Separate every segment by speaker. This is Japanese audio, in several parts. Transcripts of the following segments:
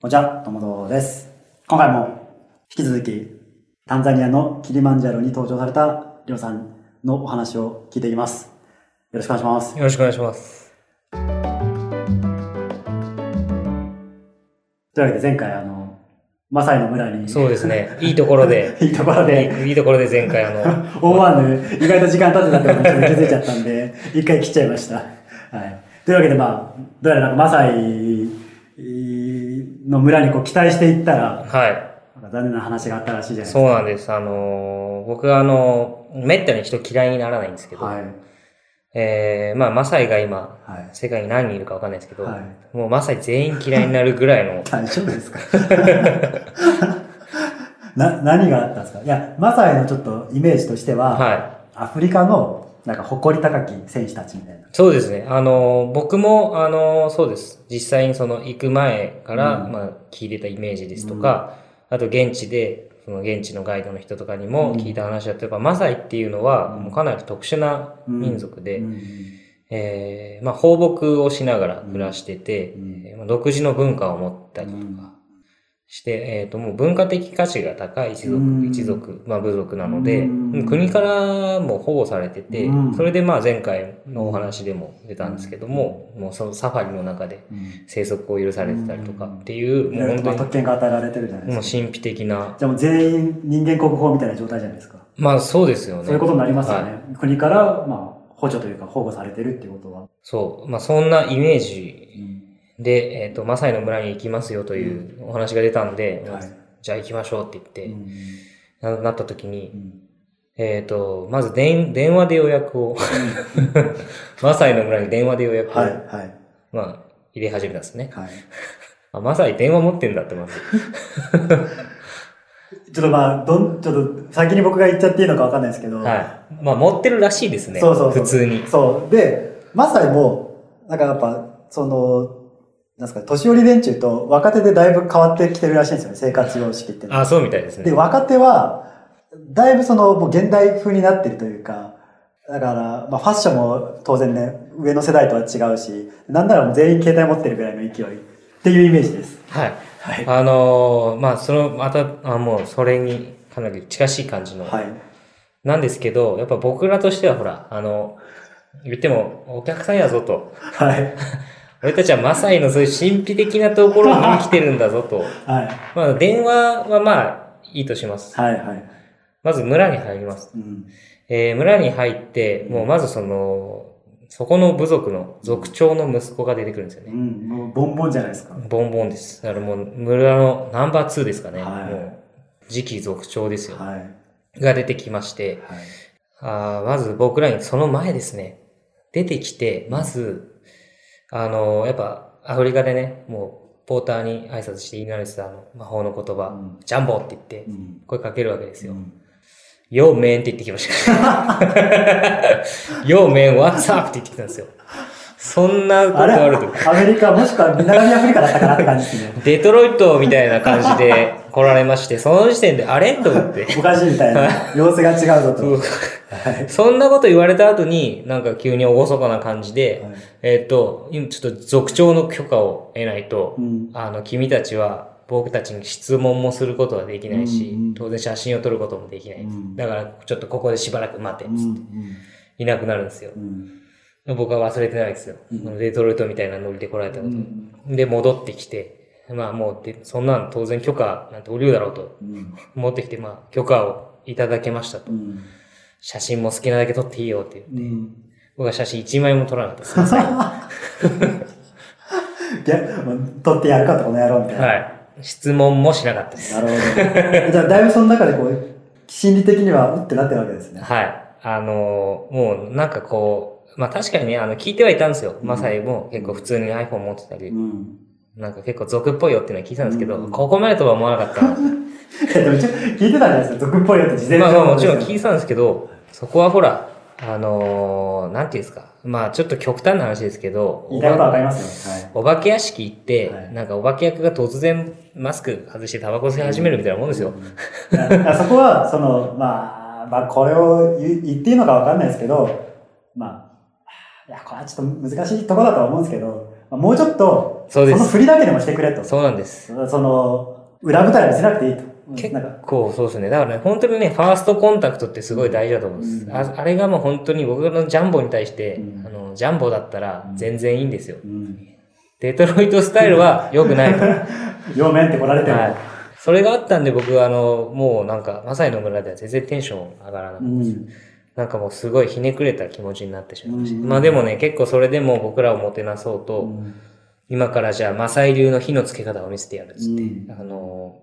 Speaker 1: こんにちは、ともどです。今回も引き続きタンザニアのキリマンジャロに登場されたりょうさんのお話を聞いていきます。よろしくお願いします。
Speaker 2: よろしくお願いします。
Speaker 1: というわけで前回あの、マサイの村に
Speaker 2: そうですね。いいところで、
Speaker 1: いいところ で
Speaker 2: いいところで前回あの、
Speaker 1: 思わぬ意外と時間経ってたってことにちょっと気づいちゃったんで一回切っちゃいました、はい、というわけでまあどうやらなんかマサイの村にこう期待していったらな
Speaker 2: は
Speaker 1: んか残念な話があったらしいじゃない
Speaker 2: い。
Speaker 1: です
Speaker 2: そうなんです。あのー、僕はあのー、めったに人嫌いにならないんですけ
Speaker 1: か
Speaker 2: ど、
Speaker 1: はい
Speaker 2: えー、まあ、マサイが今、
Speaker 1: はい
Speaker 2: 世界に何人いるかわかんないですけど、
Speaker 1: はい、
Speaker 2: もうマサイ全員嫌いになるぐらいの
Speaker 1: 大丈夫ですか な何があったんですかいやマサイのちょっとイメージとしては、
Speaker 2: は。
Speaker 1: アフリカのなんか誇り高き選手たちみたいない
Speaker 2: そうですね。あのー、僕も、あのー、そうです。実際にその行く前から、
Speaker 1: うん
Speaker 2: まあ、聞いてたイメージですとか、あと現地で、その現地のガイドの人とかにも聞いた話だと、やっぱマサイっていうのは、
Speaker 1: うん
Speaker 2: もうかなり特殊な民族で、
Speaker 1: うん
Speaker 2: えーまあ、放牧をしながら暮らしてて、
Speaker 1: うん
Speaker 2: えーまあ独自の文化を持ったりと
Speaker 1: うん
Speaker 2: かして、えー、ともう文化的価値が高い一族、
Speaker 1: うん
Speaker 2: 一族、まあ、部族なので、
Speaker 1: うん
Speaker 2: もう国からも保護されてて、
Speaker 1: うん
Speaker 2: それでまあ前回のお話でも出たんですけども、もうそのサファリの中で
Speaker 1: うん
Speaker 2: 生息を許されてたりとかっていう、
Speaker 1: い
Speaker 2: もう
Speaker 1: ろいろとまあ
Speaker 2: 本
Speaker 1: 特
Speaker 2: 当
Speaker 1: 権が与えられてるじゃない
Speaker 2: に、
Speaker 1: で
Speaker 2: もう
Speaker 1: すか
Speaker 2: 神秘的な、
Speaker 1: じゃあもう全員人間国宝みたいな状態じゃないですか
Speaker 2: まあそうですよね。
Speaker 1: そういうことになりますよね。
Speaker 2: はい
Speaker 1: 国から、まあ、補助というか保護されてるっていうことは。
Speaker 2: そう。まあそんなイメージで、えっ、と、マサイの村に行きますよというお話が出たんで、
Speaker 1: はい
Speaker 2: じゃあ行きましょうって言って、
Speaker 1: うん
Speaker 2: ななった時に
Speaker 1: う、ん
Speaker 2: えっ、と、まず電電話で予約を、マサイの村に電話で予約を、
Speaker 1: はい、はい、
Speaker 2: まあ、入れ始めたんですね。
Speaker 1: は
Speaker 2: あ、マサイ電話持ってんだってまず。
Speaker 1: い。ちょっとまあ、どん、ちょっと先に僕が言っちゃっていいのかわかんないですけど、
Speaker 2: はい。まあ持ってるらしいですね。
Speaker 1: そうそうそう
Speaker 2: 普通に。
Speaker 1: そう。で、まさにもう、なんかやっぱ、その、なんですか、年寄り連中と若手でだいぶ変わってきてるらしいんですよね、生活様式っていうのは
Speaker 2: あ、そうみたいです
Speaker 1: で、
Speaker 2: ね。
Speaker 1: 若手は、だいぶその、もう現代風になってるというか、だから、まあファッションも当然ね、上の世代とは違うし、なんならもう全員携帯持ってるぐらいの勢いっていうイメージです。
Speaker 2: はい。
Speaker 1: はい。
Speaker 2: あのーまあその、また、あもうそれにかなり近しい感じの
Speaker 1: はい。
Speaker 2: なんですけど、やっぱ僕らとしてはほら、あの、言ってもお客さんやぞと。
Speaker 1: はい。
Speaker 2: 俺たちはマサイのそういう神秘的なところに来てるんだぞと。
Speaker 1: はい。
Speaker 2: まあ電話はまあいいとします。
Speaker 1: はい。はい。
Speaker 2: まず村に入ります。
Speaker 1: うん。
Speaker 2: えー村に入って、もうまずその、そこの部族の族長の息子が出てくるんですよ
Speaker 1: う
Speaker 2: ね。
Speaker 1: ん。もうボンボンじゃないですか。
Speaker 2: ボンボンです。だからもう村のナンバー2ですかね。
Speaker 1: はい
Speaker 2: もう次期族長ですよ。
Speaker 1: はい。
Speaker 2: が出てきまして、
Speaker 1: はい。
Speaker 2: あーまず僕らにその前ですね。出てきて、まず、あのーやっぱアフリカでね、もうポーターに挨拶して言い慣れてたあの魔法の言葉、
Speaker 1: うん
Speaker 2: ジャンボって言って
Speaker 1: うん。
Speaker 2: 声かけるわけですよ。
Speaker 1: うん
Speaker 2: ようめんって言ってきました。 ようめん、what's up って言ってきたんですよ。そんなこと
Speaker 1: あれ
Speaker 2: あ
Speaker 1: ア
Speaker 2: ると。
Speaker 1: メリカもしくは南アフリカだったかなって感じですね。
Speaker 2: デトロイトみたいな感じで来られまして、その時点であれと思って。
Speaker 1: おかしいみたいな。様子が違うぞと。
Speaker 2: そう
Speaker 1: はい。
Speaker 2: そんなこと言われた後に、なんか急に厳かな感じで、
Speaker 1: はい
Speaker 2: えっ、と、今ちょっと族長の許可を得ないと、
Speaker 1: うん
Speaker 2: あの、君たちは僕たちに質問もすることはできないし、
Speaker 1: うんうん
Speaker 2: 当然写真を撮ることもできない。
Speaker 1: うん
Speaker 2: だから、ちょっとここでしばらく待て、
Speaker 1: うん。うん
Speaker 2: いなくなるんですよ。
Speaker 1: うん。
Speaker 2: 僕は忘れてないですよ。デトロイトみたいなノリで来られた
Speaker 1: う
Speaker 2: こと。
Speaker 1: ん。
Speaker 2: で、戻ってきて、まあもうで、そんなん当然許可なんておりゅうだろうと
Speaker 1: うん。
Speaker 2: 持ってきて、まあ許可をいただけましたと。
Speaker 1: うん。
Speaker 2: 写真も好きなだけ撮っていいよっていう。
Speaker 1: うん
Speaker 2: 僕は写真1枚も撮らなかったで す。はい
Speaker 1: や、取ってやるかとこの野郎みたいな。
Speaker 2: い。質問もしなかったです。
Speaker 1: なるほど。じゃあ、だいぶその中でこう、心理的には、うってなってるわけですね。
Speaker 2: はい。あのーもうなんかこう、まあ確かにね、あの、聞いてはいたんですよ。
Speaker 1: うん
Speaker 2: マサイも結構普通に iPhone 持ってたり、
Speaker 1: うん。
Speaker 2: なんか結構俗っぽいよっていうのは聞いてたんですけど、
Speaker 1: うん
Speaker 2: ここまでとは思わなかった。
Speaker 1: いや、でもちょ、聞いてたんじゃないですか。俗っぽいよって事前
Speaker 2: まあまあも
Speaker 1: で
Speaker 2: ち
Speaker 1: すよ
Speaker 2: ろん聞いてたんですけど、そこはほら、あのーなんていうんですか。まあちょっと極端な話ですけど、
Speaker 1: 言いたいことはわかりますよ。はい。
Speaker 2: お化け屋敷行って、
Speaker 1: はい
Speaker 2: なんかお化け役が突然マスク外してタバコ吸い始めるみたいなもんですよ。
Speaker 1: いやだからそこは、その、まあ、まあ、これを言言っていいのかわかんないですけど、まあ、いや、これはちょっと難しいところだとは思うんですけど、まあもうちょっと、
Speaker 2: そうで
Speaker 1: の
Speaker 2: す。
Speaker 1: 振りだけでもしてくれと。
Speaker 2: そうなんです。
Speaker 1: その、裏舞台見せなくていいと。うん
Speaker 2: 結
Speaker 1: なんか
Speaker 2: 構そうですね。だからね、本当にね、ファーストコンタクトってすごい大事だと思うんです。
Speaker 1: うん
Speaker 2: ああれがもう本当に僕のジャンボに対して、
Speaker 1: うん
Speaker 2: あの、ジャンボだったら全然いいんですよ。
Speaker 1: うん、
Speaker 2: デトロイトスタイルは良 くないと。は
Speaker 1: 両面って来られてる、
Speaker 2: い。それがあったんで僕はあの、もうなんか、マサイの村では全然テンション上がらなく
Speaker 1: う
Speaker 2: て、
Speaker 1: ん。
Speaker 2: なんかもうすごいひねくれた気持ちになってしまいまし
Speaker 1: う
Speaker 2: た。
Speaker 1: ん
Speaker 2: まあでもね、結構それでも僕らをもてなそうと、今からじゃあマサイ流の火のつけ方を見せてやるっつって、
Speaker 1: うん
Speaker 2: あの、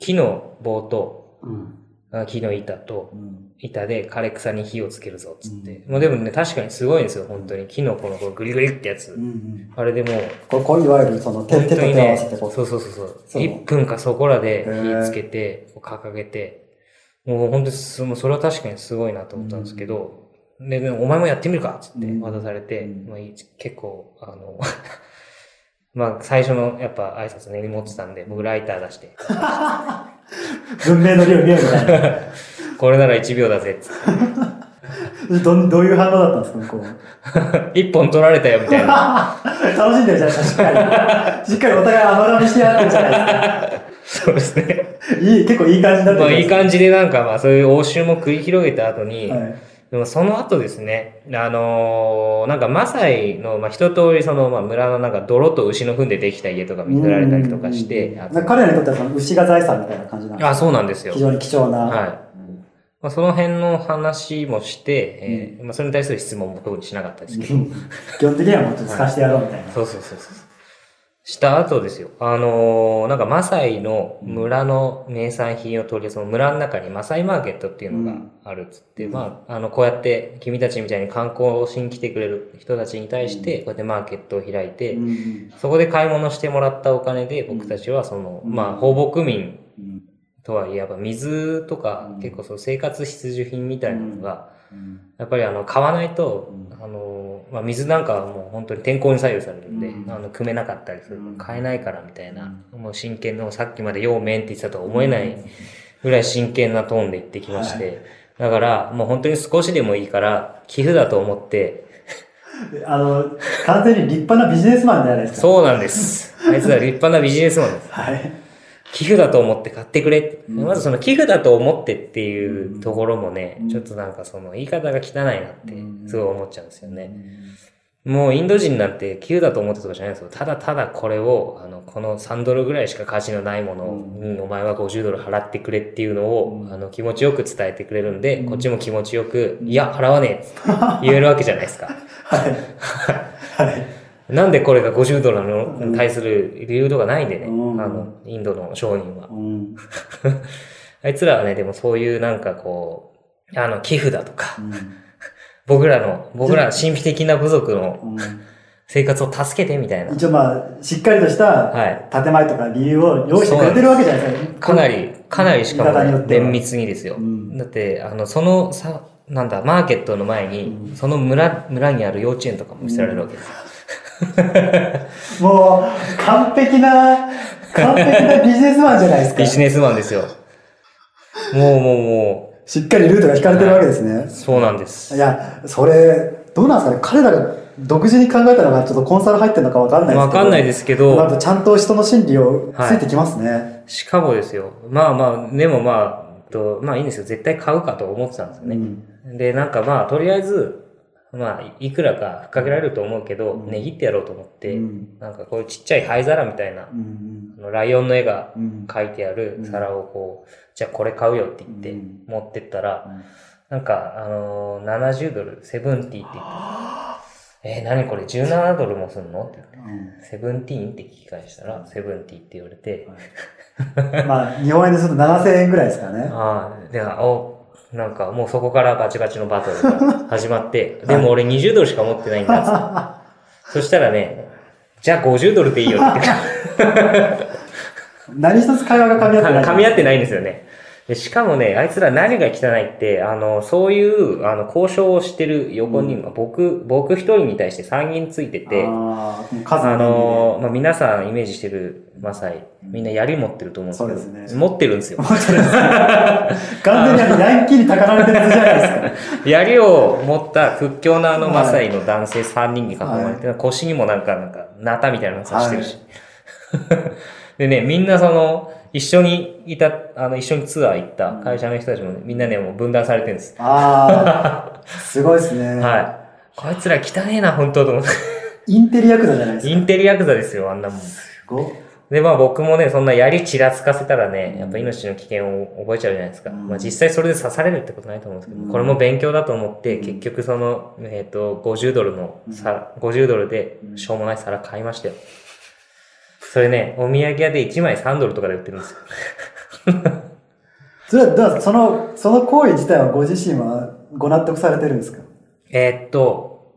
Speaker 2: 木の棒と、
Speaker 1: うん。
Speaker 2: あ木の板と、
Speaker 1: うん。
Speaker 2: 板で枯れ草に火をつけるぞ、つって。
Speaker 1: う
Speaker 2: もうでもね、確かにすごいんですよ、本当に。木のこのこうグリグリってやつ。
Speaker 1: うん。
Speaker 2: あれでもう、
Speaker 1: こうこういわゆるその手
Speaker 2: 本
Speaker 1: 手
Speaker 2: 当
Speaker 1: と
Speaker 2: に
Speaker 1: 手を合わ
Speaker 2: ね、
Speaker 1: せて
Speaker 2: そ
Speaker 1: こ
Speaker 2: う
Speaker 1: う。
Speaker 2: そうそうそう。
Speaker 1: そう
Speaker 2: 1分かそこらで
Speaker 1: へー
Speaker 2: 火つけて、こう掲げて、もう本当にすもうそれは確かにすごいなと思ったんですけど、で、でもお前もやってみるかっつって
Speaker 1: うん
Speaker 2: 渡されて、
Speaker 1: うん
Speaker 2: まあ、い結構、あの、 まあ最初のやっぱ挨拶根に持ってたんで、僕ライター出して、
Speaker 1: 文明の理を見えるみたいな。
Speaker 2: これなら1秒だぜっつって、
Speaker 1: どんどういう反応だったんですか、こう。
Speaker 2: 1本取られたよみたいな。
Speaker 1: 楽しんでるじゃないですか、しっかり。しっかりお互い甘がみしてやってるじゃない
Speaker 2: そうで すね。
Speaker 1: ですか。いい、結構いい感じになって
Speaker 2: まあ、
Speaker 1: る
Speaker 2: いい
Speaker 1: じゃ
Speaker 2: 感じでなんか、まあ、そういう応酬も繰り広げた後に、
Speaker 1: ないですか。
Speaker 2: でもその後ですね、あのーなんかマサイの、まあ、一通りその、まあ、村のなんか泥と牛の糞でできた家とか
Speaker 1: はい。
Speaker 2: 見せられたりとかして、
Speaker 1: うん
Speaker 2: あ
Speaker 1: なんか彼らにとってはその牛が財産みたいな感じなんで
Speaker 2: あ、そうなんです
Speaker 1: す
Speaker 2: よ。
Speaker 1: 非常に貴重な。
Speaker 2: はい
Speaker 1: うん
Speaker 2: まあ、その辺の話もして、えーまあ、それに対する質問も特にしなかったですけど、
Speaker 1: 基本的にはもっと使わせてやろうみたいな。
Speaker 2: そうそうそうそう。した後ですよ。あのーなんかマサイの村の名産品を取り、その村の中にマサイマーケットっていうのがあるっつって、
Speaker 1: うん
Speaker 2: まあ、あの、こうやって君たちみたいに観光しに来てくれる人たちに対して、こうやってマーケットを開いて、
Speaker 1: うん
Speaker 2: そこで買い物してもらったお金で僕たちはその、
Speaker 1: うん
Speaker 2: まあ、放牧民
Speaker 1: うん
Speaker 2: とはいえ、やっぱ水とか、
Speaker 1: うん
Speaker 2: 結構その生活必需品みたいなのが、
Speaker 1: うん
Speaker 2: やっぱりあの買わないと、
Speaker 1: うん
Speaker 2: あのまあ、水なんかはもう本当に天候に左右されるんで、
Speaker 1: うん
Speaker 2: あの汲めなかったりすると
Speaker 1: うん
Speaker 2: 買えないからみたいな、もう真剣のさっきまで「ようめん」って言ってたとは思えないぐらい真剣なトーンで言ってきまして、だからもう本当に少しでもいいから寄付だと思って
Speaker 1: あの、完全に立派なビジネスマンじゃないですか。
Speaker 2: そうなんです あいつら立派なビジネスマンです
Speaker 1: はい。
Speaker 2: 寄付だと思って買ってくれって、
Speaker 1: うん
Speaker 2: まずその寄付だと思ってっていうところもね、
Speaker 1: うん
Speaker 2: ちょっとなんかその言い方が汚いなってすごい思っちゃうんですよね、
Speaker 1: うん
Speaker 2: もうインド人なんて急だと思ってたとかじゃないですよ。ただただこれを、あの、この3ドルぐらいしか価値のないものに、お前は50ドル払ってくれっていうのを、
Speaker 1: うん
Speaker 2: あの、気持ちよく伝えてくれるんで、
Speaker 1: うん
Speaker 2: こっちも気持ちよく、いや、払わねえって言えるわけじゃない ですか。
Speaker 1: はい。はい。
Speaker 2: なんでこれが50ドルなのに対する理由とかないんでね、
Speaker 1: うん
Speaker 2: あの、インドの商人は。
Speaker 1: うん。
Speaker 2: あいつらはね、でもそういうなんかこう、あの、寄付だとか
Speaker 1: う、ん
Speaker 2: 僕らの、僕ら神秘的な部族の
Speaker 1: うん
Speaker 2: 生活を助けてみたいな。
Speaker 1: 一応まあ、しっかりとした
Speaker 2: はい。
Speaker 1: 建前とか理由を用意してくれてるわけじゃないですか。
Speaker 2: かなり、かなりしかも
Speaker 1: 言い方によ
Speaker 2: ね
Speaker 1: っては
Speaker 2: 綿密にですよ。
Speaker 1: うん
Speaker 2: だって、あの、そのさ、なんだ、マーケットの前に、
Speaker 1: うん
Speaker 2: その村、村にある幼稚園とかも見せられるわけですよ。
Speaker 1: もう、完璧な、完璧なビジネスマンじゃないですか
Speaker 2: ビ。ジネスマンですよ。もうもうも
Speaker 1: しっかりルートが引かれてるわけですね
Speaker 2: う、。そうなんです。
Speaker 1: いや、それ、どうなんですかね彼らが独自に考えたのが、ちょっとコンサル入ってるのかわかんないですけど。
Speaker 2: わかんないですけど
Speaker 1: なんかちゃんと人の心理をつ
Speaker 2: はい
Speaker 1: いてきますね。
Speaker 2: しかもですよ。まあまあ、でもまあ、とまあいいんですよ。絶対買うかと思ってたんですよ
Speaker 1: う
Speaker 2: ね。
Speaker 1: ん
Speaker 2: で、なんかまあ、とりあえず、まあ、いくらか吹っかけられると思うけど、
Speaker 1: うん
Speaker 2: 値切ってやろうと思って、
Speaker 1: うん
Speaker 2: なんかこういうちっちゃい灰皿みたいな、
Speaker 1: うん
Speaker 2: あのライオンの絵が
Speaker 1: うん
Speaker 2: 書いてある
Speaker 1: うん
Speaker 2: 皿をこう、じゃあこれ買うよって言って
Speaker 1: うん
Speaker 2: 持ってったら、なんか、あのー70ドル、セブンティーって言って、えー何これ17ドルもすんのって言って、セブンティーンって聞き返したら、セブンティーって言われて、
Speaker 1: うんまあ、日本円ですると7000円ぐらいですからね。
Speaker 2: ああ、で、お、なんかもうそこからバチバチのバトルが始まって、でも俺20ドルしか持ってないんだっつっ て。そしたらね、じゃあ50ドルでいいよって言って。
Speaker 1: 何一つ会話が噛み合ってない。
Speaker 2: 噛み合ってないんですよね。でしかもね、あいつら何が汚いって、あの、そういう、あの、交渉をしてる横に、
Speaker 1: う
Speaker 2: 僕、僕一人に対して3人ついてて、
Speaker 1: あー数の意
Speaker 2: あ
Speaker 1: 味
Speaker 2: の、まあ、皆さんイメージしてるマサイ、みんな槍持ってると思うんですけど、
Speaker 1: そうですね
Speaker 2: 持ってるん ですよ。
Speaker 1: で完全にヤンキーにたかられてるやつじゃないですか。
Speaker 2: 槍を持った屈強なあのマサイの男性3人に囲まれて、腰にもなんか、なんか、ナタみたいなのさしてるし。 でね、みんなその、一緒にいた、あの、一緒にツアー行った会社の人たちもね、みんなね、もう分断されてるんです。
Speaker 1: ああ、すごいですね。
Speaker 2: はい。こいつら汚えな、本当と思って。
Speaker 1: インテリヤクザじゃないですか。
Speaker 2: インテリヤクザですよ、あんなもん。
Speaker 1: すごっ
Speaker 2: で、まあ僕もね、そんな槍ちらつかせたらね、やっぱ命の危険を覚えちゃうじゃないですか。
Speaker 1: うん
Speaker 2: まあ実際それで刺されるってことないと思うんですけど、
Speaker 1: うん
Speaker 2: これも勉強だと思って、結局その、えっ、と、50ドルの皿、50ドルでしょうもない皿買いましたよ。それね、お土産屋で1枚3ドルとかで売ってるんですよ。
Speaker 1: それは、だからその、その行為自体はご自身はご納得されてるんですか
Speaker 2: えーっと、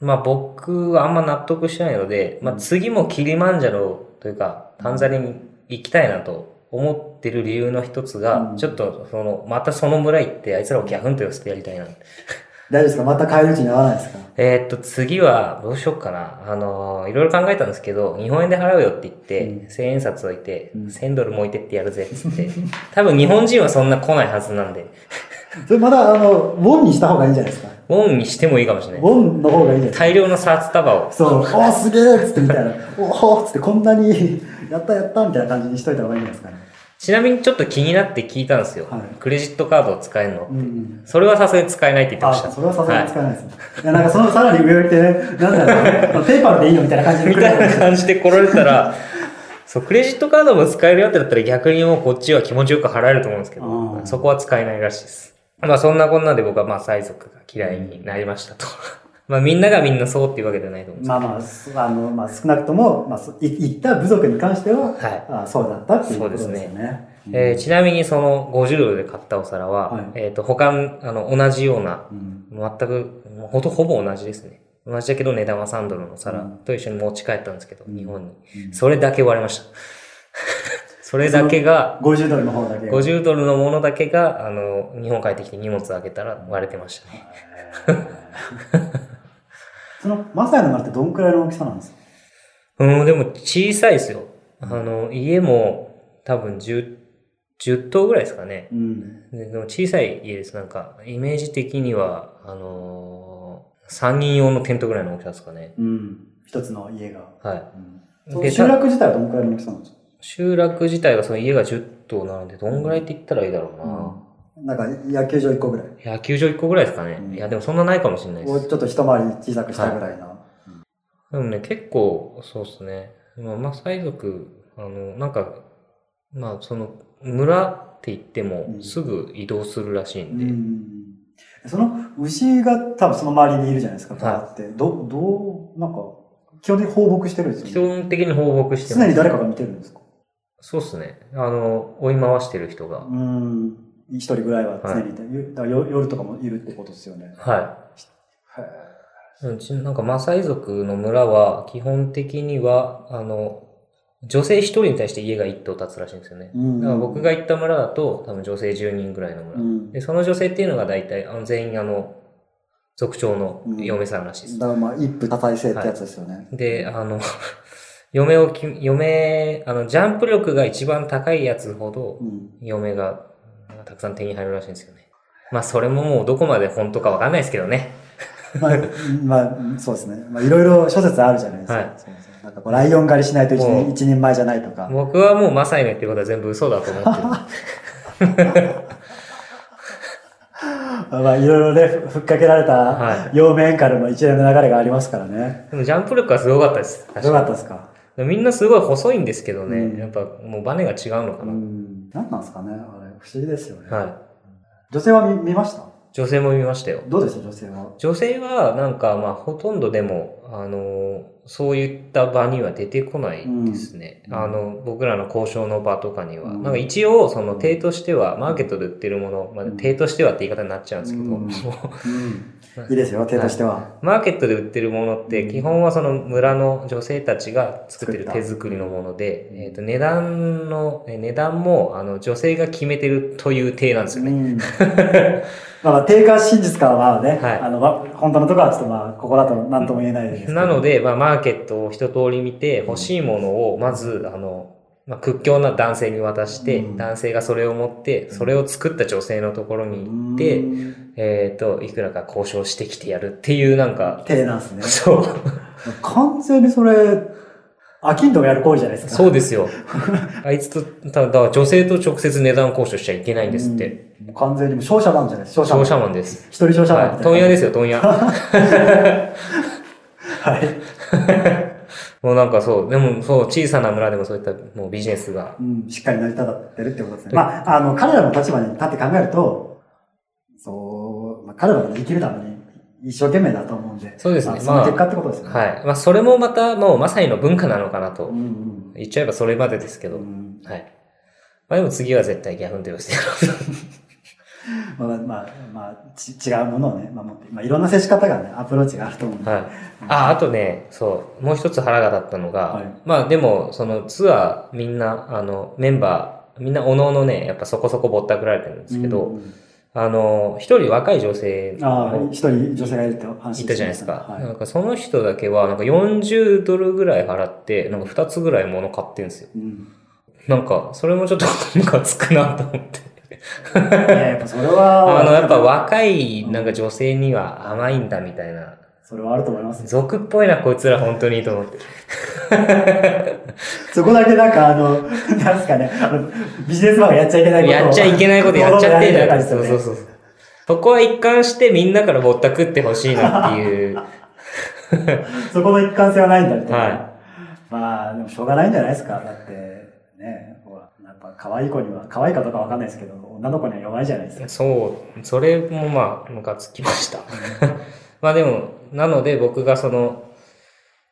Speaker 2: まあ僕はあんま納得してないので、まあ次もキリマンジャロというか、タンザニアに行きたいなと思ってる理由の一つが、
Speaker 1: うん
Speaker 2: ちょっとその、またその村行ってあいつらをギャフンと寄せてやりたいな。
Speaker 1: 大丈夫ですかまた帰り討ちに合わないですか
Speaker 2: えーっと、次はどうしよっかな。あのーいろいろ考えたんですけど、日本円で払うよって言って、
Speaker 1: うん
Speaker 2: 1000円札置いて、
Speaker 1: うん
Speaker 2: 1000ドルも置いてってやるぜっつって。多分日本人はそんな来ないはずなんで、
Speaker 1: それまだ、あの、ウォンにした方がいいんじゃないですか
Speaker 2: ウォンにしてもいいかもし
Speaker 1: ウ
Speaker 2: れない。
Speaker 1: ォンの方がいいんじゃないですか
Speaker 2: 大量の札束を。
Speaker 1: そう、おーすげえっつってみたいな、おーっつってこんなに、やったやったみたいな感じにしといた方がいいんじゃないですかね。
Speaker 2: ちなみにちょっと気になって聞いたんですよ。
Speaker 1: はい
Speaker 2: クレジットカードを使えるの、
Speaker 1: うんうん。
Speaker 2: それはさすがに使えないって言ってました。
Speaker 1: あ、それはさすがに使えないですね。い、や、なんかそのさらに上を行ってね、なんだろう、ペーパルでいいよみたいな感じ
Speaker 2: はい
Speaker 1: で
Speaker 2: み
Speaker 1: 来る
Speaker 2: たいな感じで来られたら、 そう、クレジットカードも使えるよってだったら逆にもうこっちは気持ちよく払えると思うんですけ
Speaker 1: う
Speaker 2: ど、
Speaker 1: ん
Speaker 2: そこは使えないらしいです。まあそんなこんなで僕はまあ催促が嫌いになりましたと。 まあみんながみんなそうっていうわけじゃないと思うんです
Speaker 1: まあまあす、あの、まあ少なくとも、まあ、そい行った部族に関しては、
Speaker 2: はい
Speaker 1: あそうだったっていうことですよ
Speaker 2: そうです
Speaker 1: ね。
Speaker 2: けど、えーちなみにその50ドルで買ったお皿は、
Speaker 1: はい
Speaker 2: えっ、と他の、あの、同じような、
Speaker 1: うん
Speaker 2: 全く、もうほとほぼ同じですね。同じだけど値段は3ドルの皿と一緒に持ち帰ったんですけど、日本に。それだけ割れま した。それだけが、
Speaker 1: 50ドルの方だけ。
Speaker 2: 50ドルのものだけが、あの、日本帰ってきて荷物開けたら割れてましたね。
Speaker 1: その、マサイの丸ってどんくらいの大きさなんですか
Speaker 2: うん、でも小さいですよ。あの、家も多分10、10棟ぐらいですかね。
Speaker 1: うん。
Speaker 2: ででも小さい家です。なんか、イメージ的には、あのー、3人用のテントぐらいの大きさですかね。
Speaker 1: うん。一つの家が。
Speaker 2: は
Speaker 1: うん
Speaker 2: で
Speaker 1: その集落自体はどんくらいの大きさなんですか
Speaker 2: い。集落自体がその家が10棟なので、どんぐらいって言ったらいいだろう
Speaker 1: な
Speaker 2: な。
Speaker 1: んか野球場1個ぐらい。
Speaker 2: 野球場1個ぐらいですかね。
Speaker 1: うん
Speaker 2: いや、でもそんなないかもしれないで
Speaker 1: を
Speaker 2: す。
Speaker 1: ちょっと一回り小さくしたぐらいな。
Speaker 2: でもね、結構、そうですね。まあ、マサイ族、あの、なんか、まあ、その、村って言って
Speaker 1: う
Speaker 2: も、
Speaker 1: ん
Speaker 2: すぐ移動するらしいん
Speaker 1: う
Speaker 2: で、
Speaker 1: ん。その牛が多分その周りにいるじゃないですか、バーって。ど、どう、なんか、基本的に放牧してるんです
Speaker 2: 基
Speaker 1: よね。
Speaker 2: 本的に放牧してま
Speaker 1: 常に
Speaker 2: す。
Speaker 1: 誰かが見てるんですか
Speaker 2: そうですね。あの、追い回してる人が
Speaker 1: う。ん。一人ぐらいは常にいて、ゆだから夜夜とかもいるってことですよね。
Speaker 2: は
Speaker 1: へ
Speaker 2: い。うちなんか、マサイ族の村は、基本的には、あの、女性一人に対して家が一棟建つらしいんですよね
Speaker 1: ー。うん
Speaker 2: だから僕が行った村だと、多分女性10人ぐらいの村
Speaker 1: う。ん。
Speaker 2: で、その女性っていうのが大体、あの全員あの、族長の嫁さんらしいです。
Speaker 1: だからまあ、一夫多妻制ってやつですよね。
Speaker 2: で、あの、 嫁をき、嫁、あの、ジャンプ力が一番高いやつほど
Speaker 1: う、ん。
Speaker 2: 嫁がなんかたくさん手に入るらしいんですよね。まあ、それももうどこまで本当かわかんないですけどね。
Speaker 1: まあ、まあ、そうですね。まあ、いろいろ諸説あるじゃないですか。
Speaker 2: はい
Speaker 1: そうそうなんかこう、ライオン狩りしないと一
Speaker 2: も
Speaker 1: 人
Speaker 2: う
Speaker 1: 一人前じゃないとか。
Speaker 2: 僕はもうマサイの言ってることは全部嘘だと思っ てる。
Speaker 1: まあ、いろいろね、ふふっかけられ
Speaker 2: は
Speaker 1: た、両面からの一連の流れがありますからね。
Speaker 2: でもジャンプ力はすごかったです。確
Speaker 1: よ
Speaker 2: か
Speaker 1: かったですか。
Speaker 2: にみんなすごい細いんですけどね。
Speaker 1: うん
Speaker 2: やっぱもうバネが違うのか
Speaker 1: う
Speaker 2: な。
Speaker 1: ん。何なんですかね、あれ、不思議ですよね。
Speaker 2: は
Speaker 1: 女性は見見ました
Speaker 2: い。女性も見ましたよ。
Speaker 1: どうでした、女性は。
Speaker 2: 女性はなんかまあほとんどでもあのそういった場には出てこないですね。うん、あの、僕らの交渉の場とかには。うん、なんか一応、その、手としては、マーケットで売ってるもの、まあ、手としてはって言い方になっちゃうんですけど、
Speaker 1: いいですよ、手としては。
Speaker 2: マーケットで売ってるものって、基本はその村の女性たちが作ってる手作りのもので、えっ、と、値段の、値段も、あの、女性が決めてるという体なんですよね。うん、
Speaker 1: まあ、定価真実かはまあね、はい、あの、本当のところはちょっとまあ、ここだと何とも言えないです
Speaker 2: けど。なので、まあ、マーケットを一通り見て、欲しいものを、まず、あの、まあ、屈強な男性に渡して、うん、男性がそれを持って、それを作った女性のところに行って、うん、えっ、と、いくらか交渉してきてやるっていうなんか。
Speaker 1: 手なんですね。
Speaker 2: そう。
Speaker 1: 完全にそれ、アキンドがやる行為じゃないですか。
Speaker 2: そうですよ。あいつと、ただ女性と直接値段交渉しちゃいけないんですって。
Speaker 1: うん、完全に商社マンじゃないですか。
Speaker 2: 商社マンです。
Speaker 1: 一人商社マン、。
Speaker 2: はい。問屋ですよ、問屋。はいもうなんかそう、でもそう、小さな村でもそういったもうビジネスが。
Speaker 1: うん、しっかり成り立ってるってことですね。まあ、あの、彼らの立場に立って考えると、そう、まあ、彼らが生きるために一生懸命だと思うんで。
Speaker 2: そうですね。
Speaker 1: まあ、その結果ってことですね、
Speaker 2: まあ。はい。まあ、それもまたもうまさにの文化なのかなと。うんうん、言っちゃえばそれまでですけど。うん、はい。まあでも次は絶対ギャフンテロしてやろうと。
Speaker 1: まあ、まあ、まあ、ち違うものをね、守って、まあ、いろんな接し方がね、アプローチがあると思う、
Speaker 2: はい。あ、あとね、そう、もう一つ腹が立ったのが、はい、まあでも、そのツアーみんな、あの、メンバー、みんなおのおのね、やっぱそこそこぼったくられてるんですけど、うんうん、あの、一人若い女性
Speaker 1: ああ、一人女性がいると
Speaker 2: 話いたじゃないですか。はい、なんかその人だけは、なんか40ドルぐらい払って、なんか2つぐらい物買ってるんですよ。うん、なんか、それもちょっとムカつくなと思って。
Speaker 1: いや、やっぱそれは。
Speaker 2: あの、やっぱ若い、なんか女性には甘いんだみたいな。うん、
Speaker 1: それはあると思います、
Speaker 2: ね。俗っぽいな、こいつら本当にと思って。
Speaker 1: そこだけなんかあの、 なんすかね、あの、ビジネスマンがやっちゃいけないこと
Speaker 2: やっちゃいけないことやっちゃってんだよ、ね。そうそうそう。そこは一貫してみんなからぼったくってほしいなっていう。
Speaker 1: そこの一貫性はないんだみたいな。
Speaker 2: はい。
Speaker 1: まあ、でもしょうがないんじゃないですか。だって、ね。可愛い子には、可愛いかどうかわかんないですけど、女の子には弱いじゃないですか。
Speaker 2: そう、それもまあ、ムカつきました。 まあでも、なので僕がその、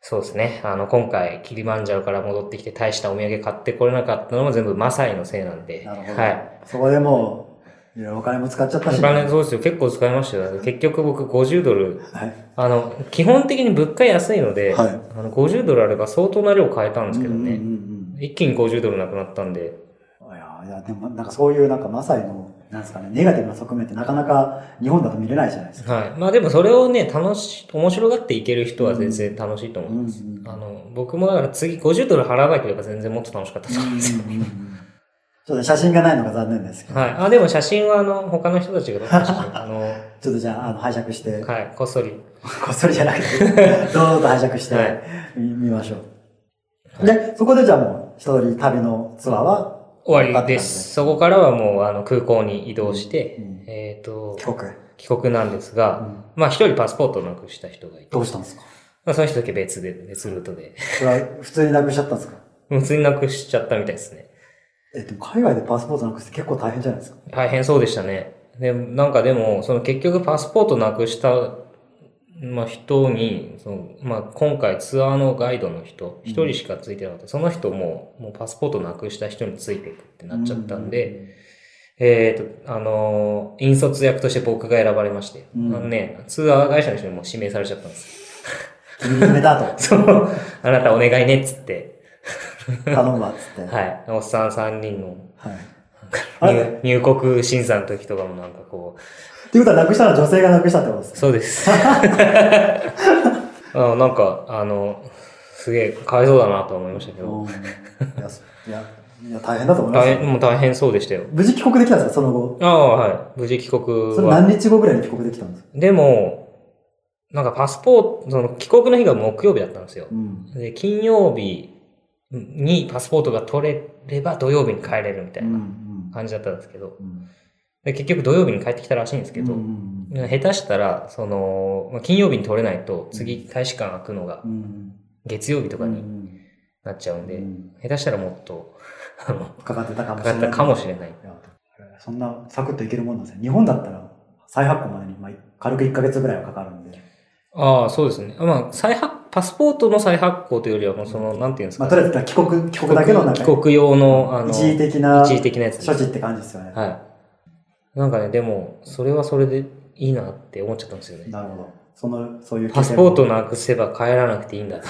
Speaker 2: そうですね、あの、今回、キリマンジャロから戻ってきて、大したお土産買ってこれなかったのも全部マサイのせいなんで。
Speaker 1: なるほ
Speaker 2: ど。はい。
Speaker 1: そこでもう、いや、お金も使っちゃったし、
Speaker 2: ね。お金、そうですよ。結構使いましたよ。結局僕50ドル。はい、あの、基本的に物価安いので、はい、あの50ドルあれば相当な量買えたんですけどね。一気に50ドルなくなったんで。
Speaker 1: いや、でもなんかそういうなんかマサイの、なんですかね、ネガティブな側面ってなかなか日本だと見れないじゃないですか。
Speaker 2: はい。まあでもそれをね、楽し、面白がっていける人は全然楽しいと思います。あの、僕もだから次50ドル払わなければ全然もっと楽しかったと思うんですよ。
Speaker 1: ちょっと写真がないのが残念ですけど。
Speaker 2: はい。あ、でも写真はあの、他の人たちが撮った写 真、あの、
Speaker 1: ちょっとじゃあ、あの、拝借して。
Speaker 2: はい、こっそり。
Speaker 1: こっそりじゃなく て、どうぞ拝借して、はい、見ましょう。で、そこでじゃあもう、一通り旅のツアーは
Speaker 2: 終わりです。そこからはもうあの空港に移動して、えっ、と、
Speaker 1: 帰国。
Speaker 2: 帰国なんですが、まあ一人パスポートをなくした人がいて。
Speaker 1: どうしたんですか
Speaker 2: まあその人だけ別で、別ルートで。
Speaker 1: それは普通になくしちゃったんですか
Speaker 2: 普通になくしちゃったみたいですね。
Speaker 1: え、でも海外でパスポートなくして結構大変じゃないですか
Speaker 2: 大変そうでしたね。で、なんかでも、その結局パスポートなくした、まあ人に、そのまあ今回ツアーのガイドの人、一人しかついてなかった。その人も、もうパスポートなくした人についていくってなっちゃったんで、えっ、と、あのー、引率役として僕が選ばれまして、うん、あのね、ツアー会社の人にも指名されちゃったんです。
Speaker 1: 君決めたと。
Speaker 2: そう。あなたお願いねっつって。
Speaker 1: 頼むわっつって。
Speaker 2: はい。おっさん3人の、はい、入国審査の時とかもなんかこう、
Speaker 1: っていうことはなくしたのは女性がなくしたってことですか
Speaker 2: そうです。 あなんか、あの、すげえ、かわいそうだなと思いましたけど。
Speaker 1: いや、いや、大変だと思います、
Speaker 2: ね。もう大変そうでしたよ。
Speaker 1: 無事帰国できたんですかその後。
Speaker 2: ああ、はい。無事帰国
Speaker 1: それ何日後ぐらいに帰国できたんですか
Speaker 2: でも、なんかパスポート、その帰国の日が木曜日だったんですよ。うん、で、金曜日にパスポートが取れれば土曜日に帰れるみたいな感じだったんですけど。うんうんで結局土曜日に帰ってきたらしいんですけど、下手したら、その、金曜日に取れないと、次大使館開くのが、月曜日とかになっちゃうんで、下手したらもっと、
Speaker 1: あの、かかってたかもし
Speaker 2: れない。かかったかもしれない。
Speaker 1: そんな、サクッといけるもんなんですね。日本だったら、再発行までに、まあ、軽く1ヶ月ぐらいはかかるんで。
Speaker 2: ああ、そうですね。まあ、再発パスポートの再発行というよりは、もうその、なんていうんですか、
Speaker 1: まあ、とりあえず帰国、帰国だけのなん
Speaker 2: 帰
Speaker 1: か、
Speaker 2: 国用の、あの、
Speaker 1: 一時的な
Speaker 2: 一時的なやつです
Speaker 1: 処置って感じですよね。
Speaker 2: はい。なんかね、でも、それはそれでいいなって思っちゃったんですよね。
Speaker 1: なるほど。その、そういう経験も
Speaker 2: パスポートなくせば帰らなくていい んだ。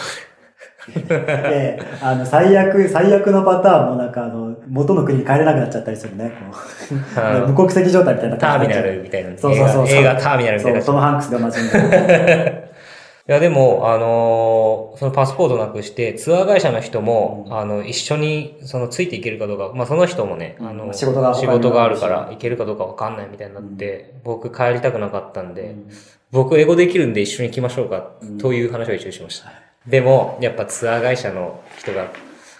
Speaker 1: で、あの、最悪、最悪のパターンもなんか、あの、元の国に帰れなくなっちゃったりするね。こう
Speaker 2: あ
Speaker 1: 無
Speaker 2: の
Speaker 1: 国籍状態みたいな
Speaker 2: ター
Speaker 1: 感じ
Speaker 2: ミ
Speaker 1: にな
Speaker 2: ナ
Speaker 1: っちゃう
Speaker 2: ルみたいな。
Speaker 1: そうそうそう
Speaker 2: 映画映画ターミナルみたいな。い
Speaker 1: そう、トム・ハンクスでおなじみの。
Speaker 2: や、でも、あのーそのパスポートなくして、ツアー会社の人も、
Speaker 1: うん
Speaker 2: あの、一緒に、その、ついていけるかどうか、まあ、その人もね、あの、
Speaker 1: 仕事が他に
Speaker 2: 仕事があるから、行けるかどうかわかんないみたいになって、僕帰りたくなかったんで、 僕英語できるんで一緒に行きましょうか、
Speaker 1: うん
Speaker 2: という話を一応しました。でも、やっぱツアー会社の人が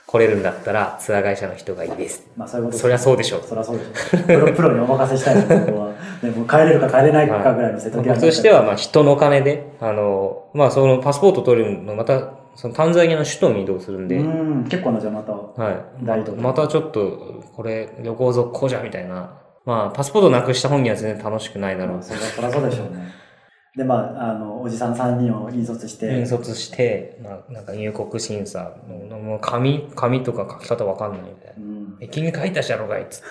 Speaker 2: 来れるんだったら、ツアー会社の人がいいです。
Speaker 1: まあ、そういうこと
Speaker 2: そりゃそうでしょう。
Speaker 1: そりゃそうですプロプロにお任せしたいですここは。ね、もう帰れるか帰れないかぐらいの瀬戸際になっ
Speaker 2: 僕
Speaker 1: ちゃう
Speaker 2: としては、まあ、人のお金で、あの、まあ、そのパスポート取るの、また、そのタンザニアの首都に移動するんで、
Speaker 1: うん、結構な、じゃあまた。
Speaker 2: はい。
Speaker 1: 大移動
Speaker 2: またちょっと、これ、旅行続行じゃ、みたいな。まあ、パスポートなくした本人は全然楽しくないだろう。
Speaker 1: そりゃそりゃそうでしょうね。で、まあ、あの、おじさん3人を引率して、
Speaker 2: 引率して、まあ、なんか入国審査の、もう紙、紙とか書き方わかんないみたいな
Speaker 1: う。ん、
Speaker 2: え君書いたしやろがいっつって。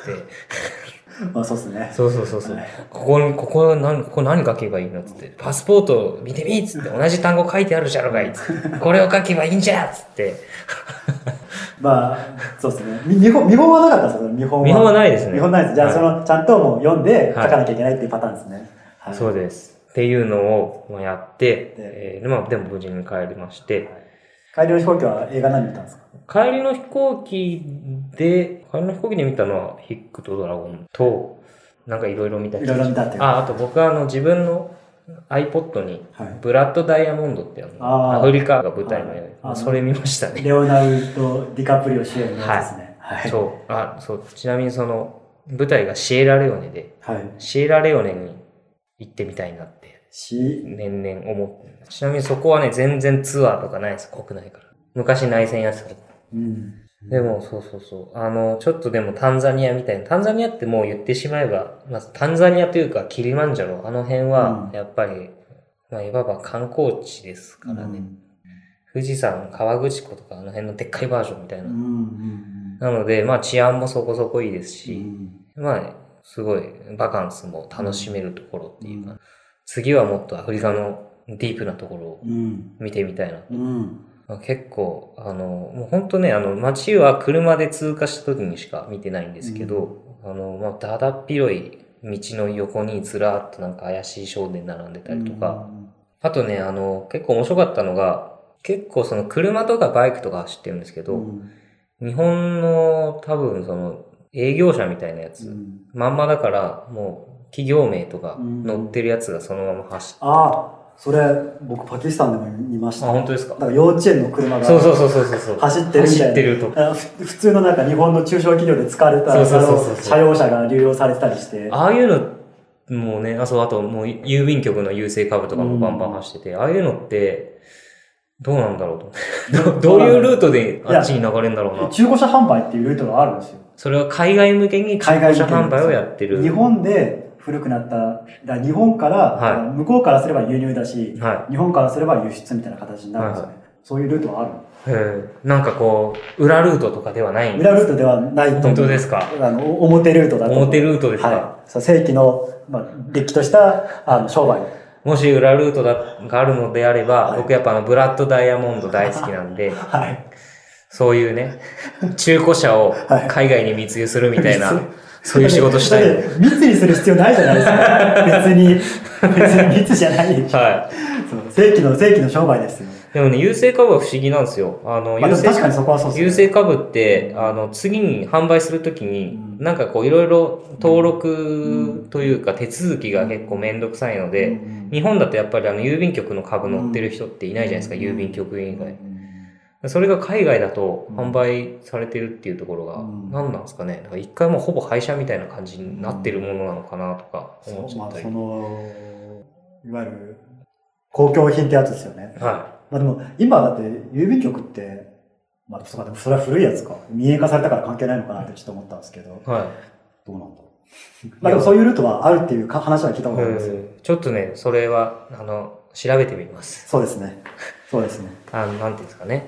Speaker 1: ま あ、そうですね。
Speaker 2: そうそうそうそう
Speaker 1: はい。
Speaker 2: ここに、ここ何、ここ何書けばいいのっつって。パスポート見てみっつって。同じ単語書いてあるじゃろがいっつ って。これを書けばいいんじゃっつって。
Speaker 1: まあ、そうですね。み見本、見本はなかったですよ、見本は。
Speaker 2: 見本はないですね。
Speaker 1: 見本ないです。じゃあ、
Speaker 2: はい
Speaker 1: その、ちゃんともう読んで書
Speaker 2: はい
Speaker 1: かなきゃいけないっていうパターンですね。はい。
Speaker 2: そうです。っていうのをまあやって、
Speaker 1: で
Speaker 2: えーでまあ、でも無事に帰りまして、
Speaker 1: 改良飛行機は映画何見たんですか
Speaker 2: 帰りの飛行機で、帰りの飛行機で見たのはヒックとドラゴンと、なんかいろいろ見た
Speaker 1: いろいろ見たっていう。
Speaker 2: あ、あと僕はあの自分の iPod に
Speaker 1: はい。
Speaker 2: ブラッドダイヤモンドっていうの
Speaker 1: あー
Speaker 2: アフリカが舞台の映
Speaker 1: あ
Speaker 2: 画、
Speaker 1: ー
Speaker 2: それ見ましたね。
Speaker 1: レオナルド・ディカプリオ主演のやつですね。はい。
Speaker 2: そう。あ、そう。ちなみにその舞台がシエラレオネで、
Speaker 1: はい。
Speaker 2: シエラレオネに行ってみたいなって
Speaker 1: し、
Speaker 2: 年々思ってちなみにそこはね、全然ツアーとかないです、国内から。昔内戦やってたけど。
Speaker 1: うん。
Speaker 2: でも、そうそうそう。あの、ちょっとでもタンザニアみたいな。タンザニアってもう言ってしまえば、まあ、タンザニアというかキリマンジャロ、あの辺は
Speaker 1: う、ん
Speaker 2: やっぱり、まあ、いわば観光地です
Speaker 1: う
Speaker 2: か
Speaker 1: ん、
Speaker 2: ら
Speaker 1: う
Speaker 2: ね。
Speaker 1: ん
Speaker 2: 富士山、河口湖とかあの辺のでっかいバージョンみたいな。
Speaker 1: うん
Speaker 2: なので、まあ治安もそこそこいいで
Speaker 1: う
Speaker 2: すし、
Speaker 1: ん。
Speaker 2: まあ、すごいバカンスも楽しめるところっていうか、
Speaker 1: う
Speaker 2: 次はもっとアフリカのディープなところを
Speaker 1: うん。
Speaker 2: 見てみたいな。
Speaker 1: うん。
Speaker 2: まあ結構、あの、もう本当ね、あの、街は車で通過した時にしか見てないんですけど、あの、まあ、だだっ広い道の横にずらーっとなんか怪しい商店並んでたりとか、あとね、あの、結構面白かったのが、結構その車とかバイクとか走ってるんですけ
Speaker 1: う
Speaker 2: ど、
Speaker 1: ん、
Speaker 2: 日本の多分その営業者みたいなやつ、
Speaker 1: うん
Speaker 2: まんまだから、もう企業名とか乗ってるやつがそのまま走って、
Speaker 1: ああ、それ、僕、パキスタンでも見まし
Speaker 2: あ、
Speaker 1: た。
Speaker 2: 本当ですか
Speaker 1: なんか幼稚園の車が
Speaker 2: そうそうそうそうそうそう。
Speaker 1: 走ってるみたいな
Speaker 2: 走ってるとか。
Speaker 1: あふ普通のなんか日本の中小企業で使われたあの
Speaker 2: そうそうそうそうそう
Speaker 1: 車用車が流用されてたりして、
Speaker 2: ああいうのもね、あ、そう、あともう郵便局の郵政株とかもバンバン走ってて、ああいうのって、どうなんだろうと思って。 どういうルートであっちに流れるんだろうな。
Speaker 1: 中古車販売っていうルートがあるんですよ。
Speaker 2: それは海外向けに中
Speaker 1: 海外
Speaker 2: 古
Speaker 1: 向け
Speaker 2: 車
Speaker 1: に
Speaker 2: 販売をやってる。
Speaker 1: 日本で古くなった、だから日本から、
Speaker 2: は
Speaker 1: 向こうからすれば輸入だし、
Speaker 2: は
Speaker 1: 日本からすれば輸出みたいな形になるんですよね。そういうルートはある
Speaker 2: い。へえなんかこう、裏ルートとかではないん
Speaker 1: 裏ルートではないと思う
Speaker 2: 本当ですか
Speaker 1: あのお表ルートだと思う
Speaker 2: 表ルートですか
Speaker 1: はいそう正規の、まあ、れっきとしたあの商売
Speaker 2: もし裏ルートだがあるのであれば、
Speaker 1: はい
Speaker 2: 僕やっぱあの、ブラッドダイヤモンド大好きなんで、
Speaker 1: はい
Speaker 2: そうい うね、中古車を海外に密輸するみたいな、
Speaker 1: はい
Speaker 2: そういう仕事したい。
Speaker 1: だって密にする必要ないじゃないですか別に別に密じゃないでしょ
Speaker 2: はい。
Speaker 1: そう正規の正規の商売ですよ、
Speaker 2: でもね、優勢株は不思議なんですよ。あの、
Speaker 1: まあ、でも
Speaker 2: 優勢
Speaker 1: 確かにそこはそう
Speaker 2: 優
Speaker 1: ですね
Speaker 2: 勢株って、あの、次に販売するときに、
Speaker 1: うん
Speaker 2: なんかこう、いろいろ登録というか、手続きが結構めんどくさいので、
Speaker 1: うん
Speaker 2: 日本だとやっぱりあの、郵便局の株乗ってる人っていないじゃないですか、郵便局以外。それが海外だと販売されてるっていうところが、
Speaker 1: うん
Speaker 2: 何なんですかね。なんか一回もうほぼ廃車みたいな感じになってるものなのかなとか思っ
Speaker 1: そう
Speaker 2: ちゃ
Speaker 1: ま
Speaker 2: っ
Speaker 1: あ
Speaker 2: たり。
Speaker 1: そのいわゆる公共品ってやつですよね
Speaker 2: は
Speaker 1: まあでも今だって郵便局ってまあそうかでもそれは古いやつか民営化されたから関係ないのかなってちょっと思ったんですけど
Speaker 2: い。はい。
Speaker 1: どうなんだろう。まあでもそういうルートはあるっていうか話は聞いたことあります。
Speaker 2: うんちょっとね、それは、あの、調べてみます。
Speaker 1: そうですね。そうですね。
Speaker 2: あの、なんていうんですかね。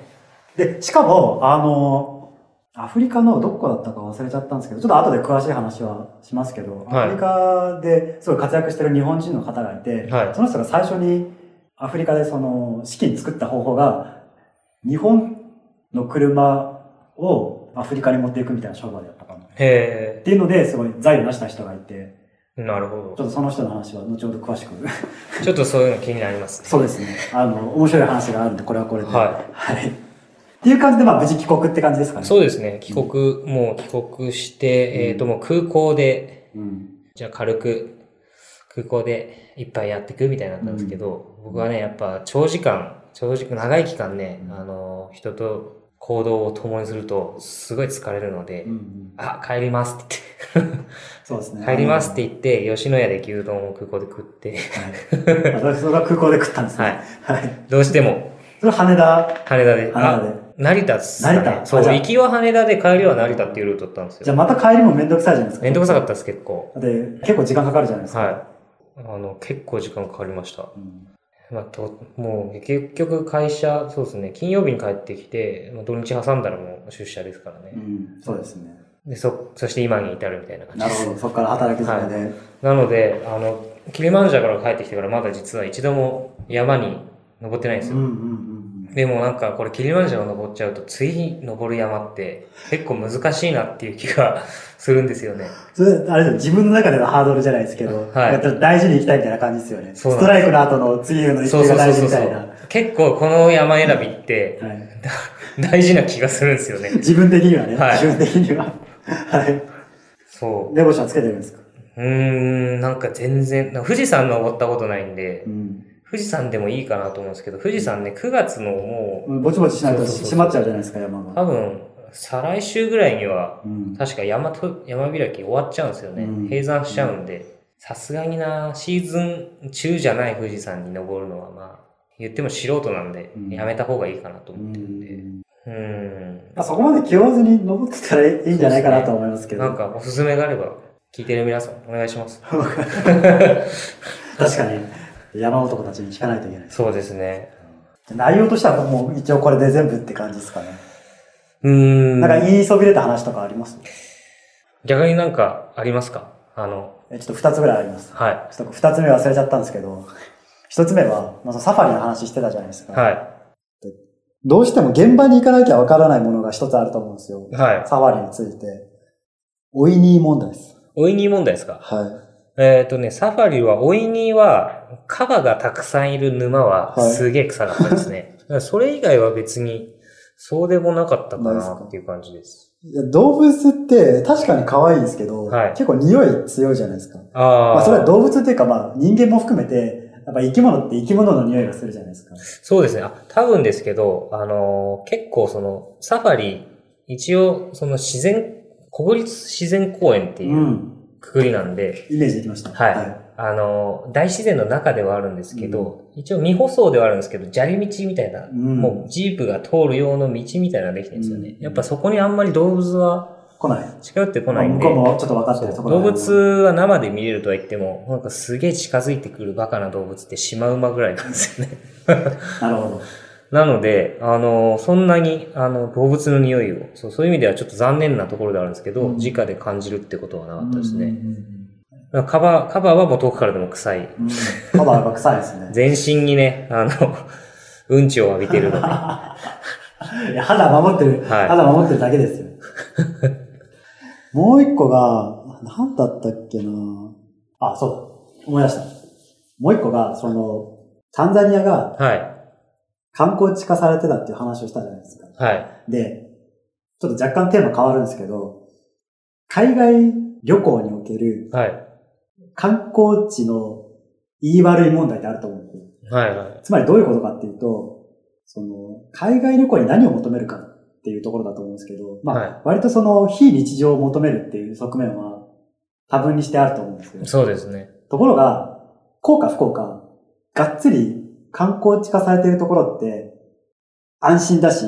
Speaker 1: で、しかも、あの、アフリカのどこだったか忘れちゃったんですけど、ちょっと後で詳しい話はしますけど、
Speaker 2: はい
Speaker 1: アフリカですごい活躍してる日本人の方がいて、
Speaker 2: はい
Speaker 1: その人が最初にアフリカでその資金作った方法が、日本の車をアフリカに持っていくみたいな商売だったかな。っ
Speaker 2: へ
Speaker 1: ていうのですごい財を成した人がいて、
Speaker 2: え、なるほ
Speaker 1: ちょっとその人の話は後ほど詳しく。
Speaker 2: ど。ちょっとそういうの気になりますね。
Speaker 1: そうですね。あの、面白い話があるんで、これはこれで。。
Speaker 2: はい
Speaker 1: っていう感じで、まあ、無事帰国って感じですかね。
Speaker 2: そうですね。帰国、もう帰国して、えっ、と、もう空港で、
Speaker 1: うん。
Speaker 2: じゃあ軽く空港でいっぱいやってくみたいになったんですけど、僕はね、やっぱ長時間、長時間、長い期間ね、
Speaker 1: うん
Speaker 2: あの、人と行動を共にするとすごい疲れるので、
Speaker 1: うんうん、
Speaker 2: あ、帰りますって言って、
Speaker 1: そうですね。
Speaker 2: 帰りますって言って、吉野家で牛丼を空港で食って、
Speaker 1: はい。私それが空港で食ったんですね。はい。
Speaker 2: どうしても
Speaker 1: それ羽田、
Speaker 2: 羽田
Speaker 1: 羽
Speaker 2: で、
Speaker 1: 田
Speaker 2: あ、
Speaker 1: で。
Speaker 2: 成田っすかね。
Speaker 1: 成田
Speaker 2: そう、
Speaker 1: あじゃあ
Speaker 2: 行きは羽田で帰りは成田っていうルートだったんです
Speaker 1: じゃ
Speaker 2: よ。
Speaker 1: あまた帰りもめんどくさいじゃないですか。
Speaker 2: めんどくさかったです、結構。
Speaker 1: で、結構時間かかるじゃないですか。
Speaker 2: はい。あの、結構時間かかりました。
Speaker 1: うん
Speaker 2: まあ、ともう結局会社、そうですね、金曜日に帰ってきて、まあ、土日挟んだらもう出社ですから
Speaker 1: う
Speaker 2: ね。
Speaker 1: ん、そうですね。
Speaker 2: でそそして今に至るみたいな感じ
Speaker 1: な
Speaker 2: で
Speaker 1: る
Speaker 2: す。
Speaker 1: ほど。そこから働き詰めで、
Speaker 2: なので、あの、キリマンジャロから帰ってきてからまだ実は一度も山に登ってないんです
Speaker 1: う
Speaker 2: よ。
Speaker 1: んうんうんうん。
Speaker 2: でもなんかこれキリマンジャロ登っちゃうと次登る山って結構難しいなっていう気がするんですよね。
Speaker 1: それ、あれですよ自分の中でのハードルじゃないですけど、
Speaker 2: はい
Speaker 1: なんか大事に行きたいみたいな感じですよね。
Speaker 2: そう
Speaker 1: ス
Speaker 2: なんです
Speaker 1: トライクの後の次への一
Speaker 2: そう
Speaker 1: 手
Speaker 2: そ
Speaker 1: が
Speaker 2: うそ
Speaker 1: 大事
Speaker 2: うそう
Speaker 1: み
Speaker 2: そ
Speaker 1: たいな。
Speaker 2: う。結構この山選びって
Speaker 1: はい
Speaker 2: 大事な気がするんですよね。
Speaker 1: 自分的にはね、
Speaker 2: はい
Speaker 1: 自分的には。 はい。
Speaker 2: そう。
Speaker 1: 寝星はつけてるんですか
Speaker 2: うーん、なんか全然、なんか富士山登ったことないんで
Speaker 1: う、ん。
Speaker 2: 富士山でもいいかなと思うんですけど、富士山ね、9月のも
Speaker 1: ぼちぼちしないと
Speaker 2: そうそうそう
Speaker 1: 閉まっちゃうじゃないですか、山
Speaker 2: う、
Speaker 1: が。
Speaker 2: 多分、再来週ぐらいには、
Speaker 1: うん。
Speaker 2: 確か山と、山開き終わっちゃうんですよね。
Speaker 1: うん
Speaker 2: 閉山しちゃうんで、さすがにな、シーズン中じゃない富士山に登るのは、まあ、言っても素人なんで
Speaker 1: うん、
Speaker 2: やめた方がいいかなと
Speaker 1: う
Speaker 2: 思ってるんで、
Speaker 1: ん
Speaker 2: うー
Speaker 1: まあ、そこまで気負わずに登ってたらいいんじゃないかなと思いますけ
Speaker 2: ん。
Speaker 1: ど。
Speaker 2: なんか、おすすめがあれば、聞いてる皆さん、お願いします。
Speaker 1: 確かに、山男たちに聞かないといけない。
Speaker 2: そうですね。
Speaker 1: 内容としてはもう一応これで全部って感じですかね。
Speaker 2: うーん。
Speaker 1: なんか言いそびれた話とかあります
Speaker 2: 逆になんかありますかあの、
Speaker 1: えちょっと二つぐらいあります。
Speaker 2: は
Speaker 1: ちょっと二つ目忘れちゃったんですけど、一つ目は、まあ、そのサファリの話してたじゃないです
Speaker 2: い。
Speaker 1: か。
Speaker 2: は
Speaker 1: どうしても現場に行かなきゃわからないものが一つあると思うんですよ
Speaker 2: い。。はい。
Speaker 1: サファリについて。オイニー問題です。
Speaker 2: オイニー問題ですか
Speaker 1: は
Speaker 2: えっ、とね、サファリは、オイニーは、カバがたくさんいる沼は、
Speaker 1: はい
Speaker 2: すげえ臭かったですね。 だからそれ以外は別に、そうでもなかったかなっていう感じです。
Speaker 1: いや。動物って確かに可愛いんですけど、
Speaker 2: はい
Speaker 1: 結構匂い強いじゃないですか。
Speaker 2: ああ、
Speaker 1: まあそれは動物っていうかまあ人間も含めて、やっぱ生き物って生き物の匂いがするじゃないですか。
Speaker 2: そうですね。あ、多分ですけど、あのー結構その、サファリ、一応、その自然、国立自然公園って
Speaker 1: う。
Speaker 2: いうんくくりなんで、
Speaker 1: イメージできました。
Speaker 2: はいあの、大自然の中ではあるんですけど、一応未舗装ではあるんですけど、砂利道みたいな、
Speaker 1: ん
Speaker 2: もうジープが通る用の道みたいなのができてるんですよね。
Speaker 1: うん
Speaker 2: やっぱそこにあんまり動物は
Speaker 1: 来ない。
Speaker 2: 近寄ってこないん
Speaker 1: 向こ
Speaker 2: で、
Speaker 1: うもちょっと分かってるところ
Speaker 2: 動物は生で見れるとは言っても、なんかすげえ近づいてくるバカな動物ってシマウマぐらいなんですよね。
Speaker 1: なるほど。
Speaker 2: なので、あの、そんなに、あの、動物の匂いを、そうそういう意味ではちょっと残念なところではあるんですけど、
Speaker 1: うん
Speaker 2: 直で感じるってことはなかったです
Speaker 1: うん
Speaker 2: ね。カバー、カバーはもう遠くからでも臭い
Speaker 1: うんうん。カバーが臭いですね。
Speaker 2: 全身にね、あの、 うんちを浴びて るので。
Speaker 1: いや肌守ってる、
Speaker 2: はい
Speaker 1: 肌守ってるだけ ですよ。もう一個が、何だったっけなあ、そうだ。思い出した。もう一個が、その、タンザニアが
Speaker 2: はい。
Speaker 1: 観光地化されてたっていう話をしたじゃないですか。
Speaker 2: はい。
Speaker 1: で、ちょっと若干テーマ変わるんですけど、海外旅行における
Speaker 2: はい。
Speaker 1: 観光地の言い悪い問題ってあると思うんですよ。
Speaker 2: はい。はい。
Speaker 1: つまりどういうことかっていうと、その、海外旅行に何を求めるかっていうところだと思うんですけど、まあ、
Speaker 2: はい
Speaker 1: 割とその、非日常を求めるっていう側面は多分にしてあると思うんですけど、
Speaker 2: そうですね。
Speaker 1: ところが、こうか不幸か、がっつり観光地化されているところって、安心だし、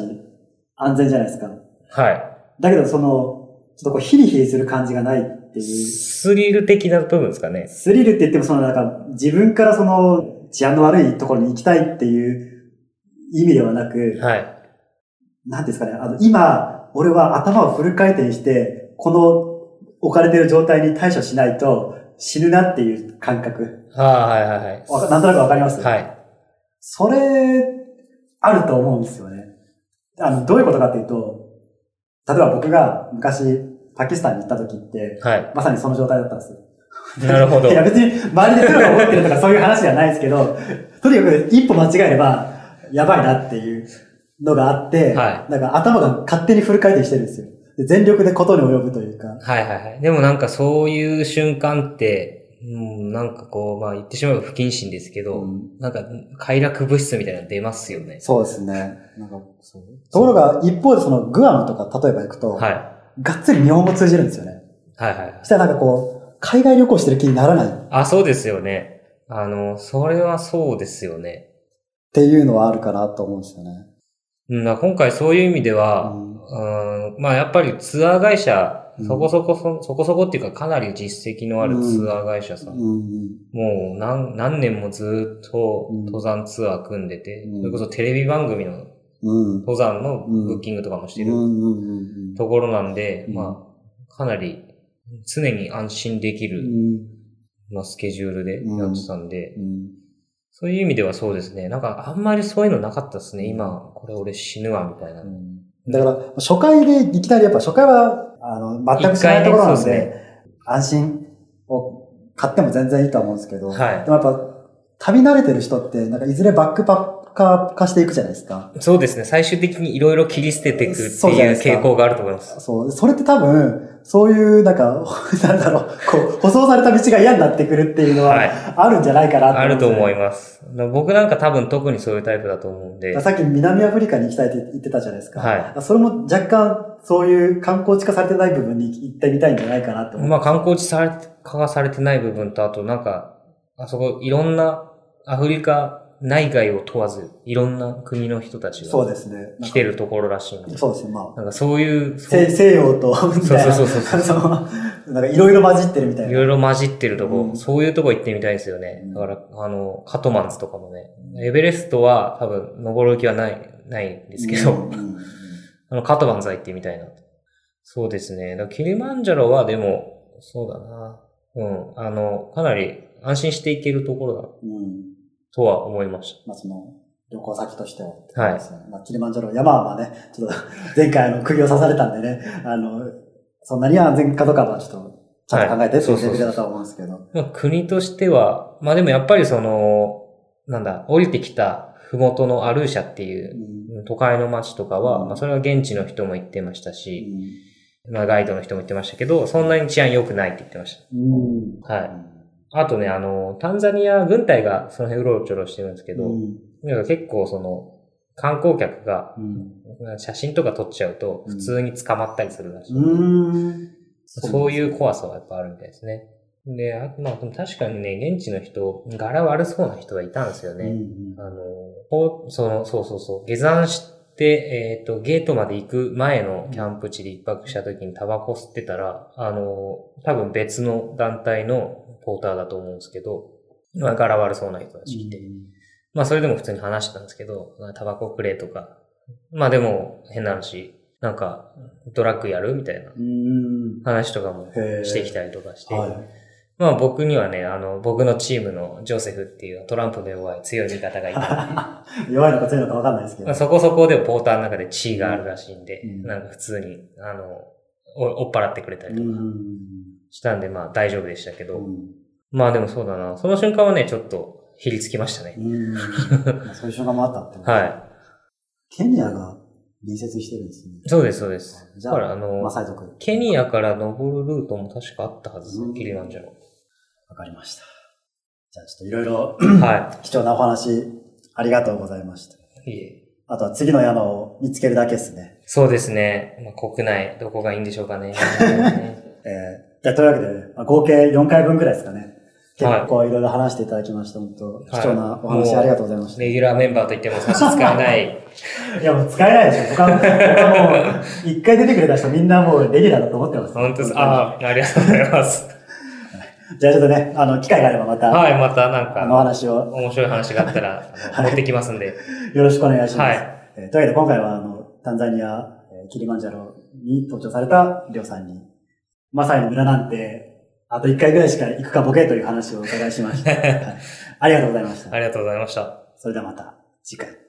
Speaker 1: 安全じゃないですか。
Speaker 2: は
Speaker 1: だけどその、ちょっとこうヒリヒリする感じがないって
Speaker 2: い。
Speaker 1: いう、
Speaker 2: スリル的な部分ですかね。
Speaker 1: スリルって言ってもそのなんか自分からその治安の悪いところに行きたいっていう意味ではなく、
Speaker 2: はい。
Speaker 1: なんていうんですかね、あの、今、俺は頭をフル回転して、この置かれてる状態に対処しないと死ぬなっていう感覚。
Speaker 2: ああ、はいはいはい。
Speaker 1: わかなんとなくわかります
Speaker 2: はい。
Speaker 1: それ、あると思うんですよね。あの、どういうことかっていうと、例えば僕が昔、パキスタンに行った時って、
Speaker 2: はい。
Speaker 1: まさにその状態だったんですよ。
Speaker 2: なるほ ど
Speaker 1: い。や、別に周りでプロが思ってるとかそういう話じゃないですけど、とにかく一歩間違えれば、やばいなっていうのがあって、
Speaker 2: は
Speaker 1: なんか頭が勝手にフル回転してるんですよ。で全力でことに及ぶというか。
Speaker 2: はいはいはい。でもなんかそういう瞬間って、うん、なんかこう、まあ言ってしまえば不謹慎ですけど、
Speaker 1: うん
Speaker 2: なんか快楽物質みたいなの出ますよね。
Speaker 1: そうですね。なんかところが、一方でそのグアムとか例えば行くと、
Speaker 2: はい。
Speaker 1: がっつり日本語通じるんですよね。
Speaker 2: はいはいはい
Speaker 1: そし。たらなんかこう、海外旅行してる気にならないっ
Speaker 2: あ、そうですよね。あの、それはそうですよね。
Speaker 1: ていうのはあるかなと思うんですよね。
Speaker 2: うん、だから今回そういう意味では、
Speaker 1: うん
Speaker 2: うん、まあやっぱりツアー会社
Speaker 1: う、ん
Speaker 2: そこそこそ、そこそこっていうかかなり実績のあるツアー会社さん、
Speaker 1: うん。
Speaker 2: もう何何年もずっと
Speaker 1: うん
Speaker 2: 登山ツアー組んでて、
Speaker 1: うん
Speaker 2: それこそテレビ番組の
Speaker 1: うん。
Speaker 2: 登山の
Speaker 1: うん
Speaker 2: ブッキングとかもして
Speaker 1: う
Speaker 2: る
Speaker 1: んうんうん
Speaker 2: ところなんで、
Speaker 1: うん
Speaker 2: まあ、かなり常に安心でき
Speaker 1: う
Speaker 2: る、
Speaker 1: ん。
Speaker 2: まあ、スケジュールで
Speaker 1: うん
Speaker 2: やってたんで、
Speaker 1: うん。
Speaker 2: そういう意味ではそうですね。なんかあんまりそういうのなかったですね。今、これ俺死ぬわ、みたいな。
Speaker 1: だから、初回でいきなりやっぱ初回は、あの、全く知らないところなの
Speaker 2: 一
Speaker 1: で、
Speaker 2: 回ねそう
Speaker 1: 安心を買っても全然いいとは思うんですけど、
Speaker 2: はい
Speaker 1: でもやっぱ、旅慣れてる人って、なんかいずれバックパッカー化していくじゃないですか。
Speaker 2: そうですね。最終的にいろいろ切り捨てていくってい
Speaker 1: そうじゃないうですか
Speaker 2: 傾向があると思います。
Speaker 1: そう、それって多分、そういう、なんか、 なんだろう、こう、舗装された道が嫌になってくるっていうのは、
Speaker 2: はい
Speaker 1: あるんじゃないかな
Speaker 2: あると思い
Speaker 1: ま
Speaker 2: ます。僕なんか多分特にそういうタイプだと思うんで。
Speaker 1: さっき南アフリカに行きたいって言ってたじゃないですか。
Speaker 2: は
Speaker 1: それも若干、そういう観光地化されてない部分に行ってみたいんじゃないかなって思う。
Speaker 2: まあ観光地され化がされてない部分と、あとなんか、あそこいろんなアフリカ内外を問わず、いろんな国の人たち
Speaker 1: そう
Speaker 2: が
Speaker 1: ですね。
Speaker 2: 来てるところらしいので。
Speaker 1: そうですね、まあ。
Speaker 2: なんかそういう、そう
Speaker 1: 西西洋と、みたいな。
Speaker 2: そうそうそう
Speaker 1: そう。 なんかいろいろ混じってるみたい
Speaker 2: い
Speaker 1: な。
Speaker 2: ろいろ混じってるとこ、
Speaker 1: うん
Speaker 2: そういうとこ行ってみたいですよね
Speaker 1: う。ん
Speaker 2: だから、あの、カトマンズとかもね、エベレストは多分登る気はない、ないんですけど、
Speaker 1: うんうんうん
Speaker 2: あの、カトマンズは行ってみたいなと。そうですね。だからキリマンジャロはでも、そうだな。うん。あの、かなり安心していけるところだ
Speaker 1: うん。
Speaker 2: とは思いまし
Speaker 1: まあその、旅行先としては。
Speaker 2: はい
Speaker 1: ですねまあ、キリマンジャロ、山はね、ちょっと前回あの、釘を刺されたんでね、あの、そんなに安全かとかはちょっと、ちゃんと考えてっていうレベルだとは思うんですけど。
Speaker 2: た。まあ、国としては、まあでもやっぱりその、なんだ、降りてきた麓のアルーシャっていう
Speaker 1: うん
Speaker 2: 都会の街とかは、
Speaker 1: うん
Speaker 2: まあそれは現地の人も言ってましたし、
Speaker 1: う
Speaker 2: まあガイドの人も言ってましたけど、そんなに治安良くないって言ってました。
Speaker 1: ん。うん
Speaker 2: はい。あとね、あの、タンザニア軍隊がその辺うろちょろしてるんですけど、
Speaker 1: うん
Speaker 2: なんか結構その、観光客が
Speaker 1: うん。
Speaker 2: 写真とか撮っちゃうと、
Speaker 1: うん
Speaker 2: 普通に捕まったりするらしい。
Speaker 1: うん。
Speaker 2: そういう怖さはやっぱあるみたいですね。で、あまあ、でも確かにね、現地の人、柄悪そうな人がいたんですよ
Speaker 1: うん
Speaker 2: ね。あの、こうその、そうそうそう、下山して、えっ、と、ゲートまで行く前のキャンプ地で一泊した時にタバコ吸ってたら、あの、多分別の団体のポーターだと思うんですけど、まあ、柄悪そうな人たち来て、まあそれでも普通に話してたんですけど、まあタバコくれとか。まあでも変な話、なんかドラッグやるみたいな
Speaker 1: うん。
Speaker 2: 話とかも
Speaker 1: へー
Speaker 2: してきたりとかして。
Speaker 1: はい。
Speaker 2: まあ僕にはね、あの、僕のチームのジョセフっていうトランプの弱い強い味方がいた。
Speaker 1: 弱いのか強いのかわかんないですけど。
Speaker 2: まあそこそこでもポーターの中で地位があるらしいんで、
Speaker 1: うん
Speaker 2: なんか普通に、あの、お追っ払ってくれたり
Speaker 1: う
Speaker 2: とか
Speaker 1: ん。
Speaker 2: したんで、まあ大丈夫でしたけど、
Speaker 1: うん
Speaker 2: まあでもそうだな、その瞬間はね、ちょっと、ひりつきましたね。
Speaker 1: うん。まあそういう瞬間もあったってこと
Speaker 2: は
Speaker 1: ケニアが隣接してるんですね。
Speaker 2: い。そうです、そうです。
Speaker 1: じ
Speaker 2: だ
Speaker 1: ゃあ
Speaker 2: から、あの、
Speaker 1: マサイ族。
Speaker 2: ケニアから登るルートも確かあったはずです
Speaker 1: うん
Speaker 2: ね、キリマンジャロ。
Speaker 1: わかりました。じゃあちょっといろいろ
Speaker 2: は
Speaker 1: 貴重なお話ありがとうございました。
Speaker 2: い。いえ
Speaker 1: あとは次の山を見つけるだけですね。
Speaker 2: そうですね。まあ、国内、どこがいいんでしょうか ね。は
Speaker 1: えー、じゃあというわけで、まあ、合計4回分くらいですかね。結構いろいろ話していただきました。本当
Speaker 2: い
Speaker 1: 貴重なお話ありがとうございまし
Speaker 2: い
Speaker 1: た。
Speaker 2: レ
Speaker 1: い
Speaker 2: ギュラーメンバーと言っても差し支えない。
Speaker 1: やもう使えないでしょ。他の、他もう、一回出てくれた人みんなもうレギュラーだと思ってます。
Speaker 2: 本当です。ああ、ありがとうございます。
Speaker 1: じゃあちょっとね、あの、機会があればまた、
Speaker 2: はい、またなん
Speaker 1: あのお
Speaker 2: か、
Speaker 1: 話を
Speaker 2: 面白い話があったら、あ
Speaker 1: はい
Speaker 2: の持ってきますんで。
Speaker 1: よろしくお願いします。
Speaker 2: はい
Speaker 1: えーというわけで今回は、あの、タンザニア、えーキリマンジャロに登場されたりょうさんに、マサイの村なんて、あと1回ぐらいしか行くかボケ という話をお伺いしました。はいありがとうございました
Speaker 2: あ。りがとうございました。
Speaker 1: それではまた次回。